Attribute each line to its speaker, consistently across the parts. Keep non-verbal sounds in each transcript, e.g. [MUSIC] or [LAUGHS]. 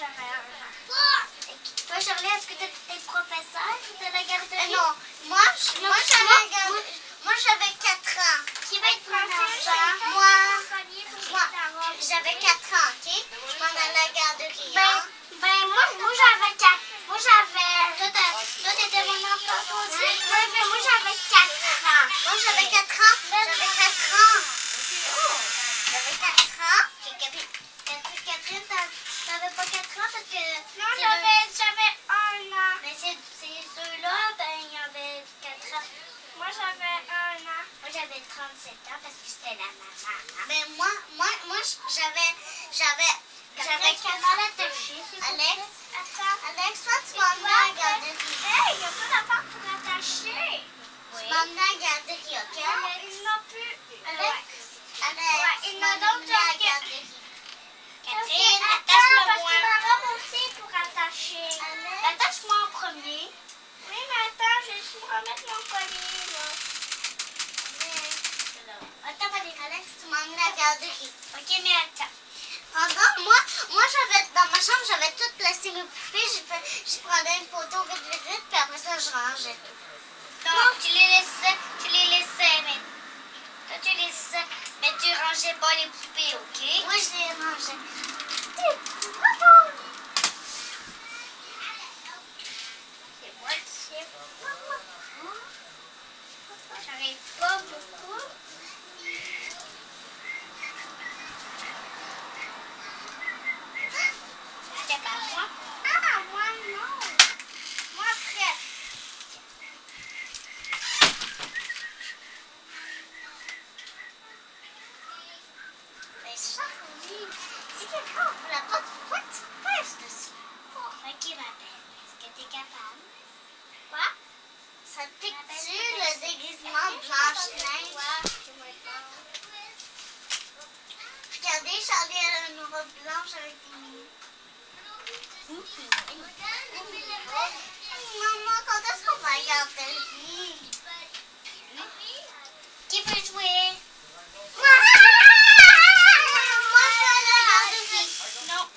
Speaker 1: alors Toi, Charlie, est-ce que t'étais professeur de la garderie
Speaker 2: Euh, non, moi, je- moi j'avais regardé- moi, j'avais 4 ans.
Speaker 1: Qui va être professeur
Speaker 2: Moi, moi, j'avais 4 ans, ok? Je m'en allais à la garderie.
Speaker 1: Ben,
Speaker 2: hein.
Speaker 1: ben moi, moi j'avais 4. Moi j'avais. Toi, t'as- toi, t'étais mon enfant toi aussi? Ouais, mais moi j'avais 4 ans.
Speaker 2: Moi, j'avais 4 ans.
Speaker 1: ben,
Speaker 2: J'avais 4 ans. J'avais 4 ans. Puis Gabi- Gabi- Catherine, t'as- t'avais pas 4 ans parce que.
Speaker 1: Non,
Speaker 2: c'est
Speaker 1: j'avais j'avais 1 an.
Speaker 2: le- Mais ces ces ceux-là, ben, il y avait 4 ans.
Speaker 1: Moi j'avais 1 an.
Speaker 2: Moi, j'avais 37 ans parce que j'étais la maman. Ben, moi, moi, moi, j'avais. J'avais. J'avais 4 ans. Alex,
Speaker 1: Attends.
Speaker 2: Alex, toi, tu m'as emmené à la garderie.
Speaker 1: Hey, il n'y a pas d'appart pour attacher.
Speaker 2: Tu m'as emmené à la garderie, ok? Alex?
Speaker 1: Ils n'ont plus.
Speaker 2: Alex? Alex,
Speaker 1: Ouais, il
Speaker 2: tu
Speaker 1: m'a
Speaker 2: m'as
Speaker 1: donc
Speaker 2: emmené à la
Speaker 1: dit que-
Speaker 2: garderie.
Speaker 1: Catherine,
Speaker 2: Catherine,
Speaker 1: attache-le
Speaker 2: attache-le moi.
Speaker 1: remonter pour attacher.
Speaker 2: Alex?
Speaker 1: Attache-moi en premier. Oui, mais attends, je vais remettre mon collier, là.
Speaker 2: Attends, Valérie, Alex, tu m'as emmené à la garderie.
Speaker 1: Ok, mais attends.
Speaker 2: Pendant, Ah bah, moi, moi j'avais, dans ma chambre, j'avais tout placé mes poupées. Je, fais- je prenais une photo vite, vite, vite, puis après ça, je rangeais tout.
Speaker 1: Donc, tu les laissais, tu les laissais, mais... Toi, tu les laissais, mais tu rangeais pas les poupées, ok?
Speaker 2: Moi, je les rangeais.
Speaker 1: C'est moi qui ai... J'arrive pas beaucoup. C'était pas moi. Ah, moi non. Moi après.
Speaker 2: Mais Charlie, si quelqu'un ouvre la porte, pourquoi tu pèses dessus?
Speaker 1: Ok, ma belle. Est-ce que t'es capable?
Speaker 2: Ça te pique-tu le déguisement de Blanche-Neige? Regardez, Charlie, elle a une robe blanche avec des mini. Maman, quand est-ce qu'on va regarder
Speaker 1: Qui veut jouer?
Speaker 2: Moi, je vais aller
Speaker 1: Non.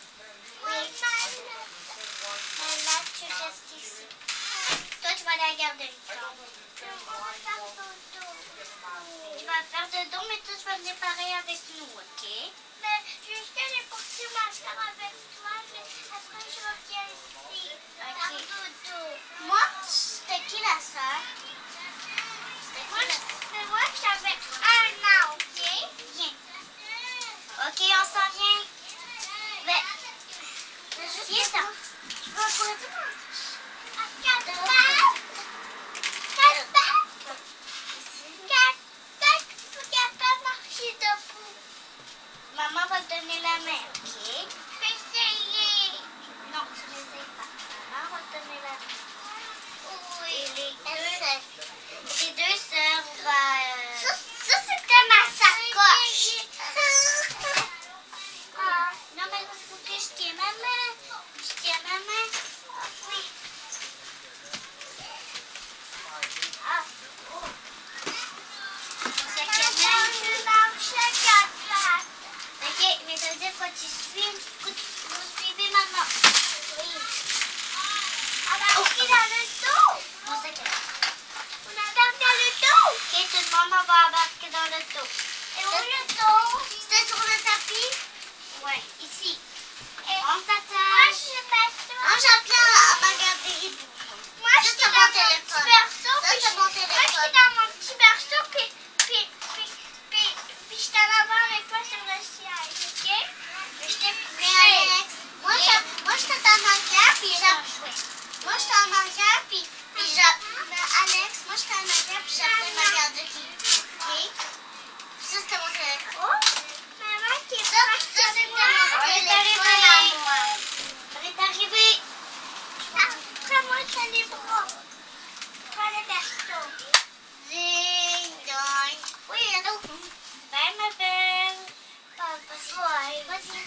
Speaker 2: regarder.
Speaker 1: Ben là, tu restes ici. Toi, tu vas aller à la garderie. Tu vas faire de dos, mais toi, tu vas venir pareil avec nous, ok? Mais
Speaker 2: Ben,
Speaker 1: je vais aller porter ma soeur avec toi, mais après, je reviens ici. Ok.
Speaker 2: Moi, c'était qui la sœur? C'était
Speaker 1: Moi,
Speaker 2: qui la
Speaker 1: je vois que j'avais un an, ok? Bien. Ok, on s'en vient. Mais, viens ça.
Speaker 2: Je vais pour tout.
Speaker 1: Maman va te donner la main, ok? Je vais essayer. Non, tu n'essayes pas. Maman va te donner la main.
Speaker 2: Oui, les deux.
Speaker 1: Les deux sœurs vont... euh,
Speaker 2: Ça, ça, c'était ma sacoche.
Speaker 1: [LAUGHS] Ah, non, mais il faut que je tiens ma main. Je tiens ma main. Ah, oui. Ah, oh. Ça tient bien. Ok, mais ça veut dire que tu suis, que tu vous suivez maman. Oui. Ah, bah, oh. il a le dos. Bon, c'est que... On embarque dans le dos. Ok, tout le monde, on va embarquer dans le dos. Et où le dos?
Speaker 2: C'était sur le tapis.
Speaker 1: Ouais, ici. On t'attache.
Speaker 2: Moi, j'appelais à ma garderie.
Speaker 1: Moi,
Speaker 2: Ça,
Speaker 1: je suis
Speaker 2: c'est
Speaker 1: dans
Speaker 2: mon
Speaker 1: mon petit
Speaker 2: téléphone.
Speaker 1: berceau.
Speaker 2: Ça,
Speaker 1: puis
Speaker 2: c'est
Speaker 1: je-
Speaker 2: mon
Speaker 1: Moi, je suis
Speaker 2: téléphone.
Speaker 1: dans mon petit berceau, puis, puis, puis, puis, puis je t'en avais avec toi sur le siège, ok? Mais je t'ai
Speaker 2: Mais
Speaker 1: couché.
Speaker 2: Alex, moi, j'a- moi, j'étais en arrière, puis j'a- moi, j'étais en arrière, puis, puis j'a- mais Alex, moi, j'étais en arrière, puis j'appelais ma garderie. Ok? Ça, c'était mon téléphone.
Speaker 1: Oh, maman qui est
Speaker 2: Ça,
Speaker 1: proche
Speaker 2: ça,
Speaker 1: de
Speaker 2: c'est
Speaker 1: moi.
Speaker 2: mon
Speaker 1: Elle est
Speaker 2: téléphone
Speaker 1: arrivée.
Speaker 2: à moi.
Speaker 1: Elle est arrivée.
Speaker 2: Ah,
Speaker 1: Prends-moi sur les bras. Prends le berceau.
Speaker 2: Ding dong. Oui, allô?
Speaker 1: Bye, ma belle.
Speaker 2: Parle pas si fort, vas-y.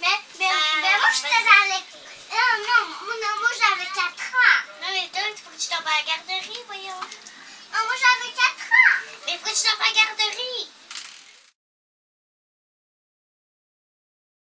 Speaker 1: Mais, mais,
Speaker 2: Euh,
Speaker 1: mais moi, j'étais
Speaker 2: vas-y.
Speaker 1: dans les... Euh, non, moi, non, moi, j'avais 4 ans. Non, mais toi, il faut que tu tombes à la garderie, voyons.
Speaker 2: Non, moi, j'avais 4 ans.
Speaker 1: Mais pourquoi tu tombes à la garderie?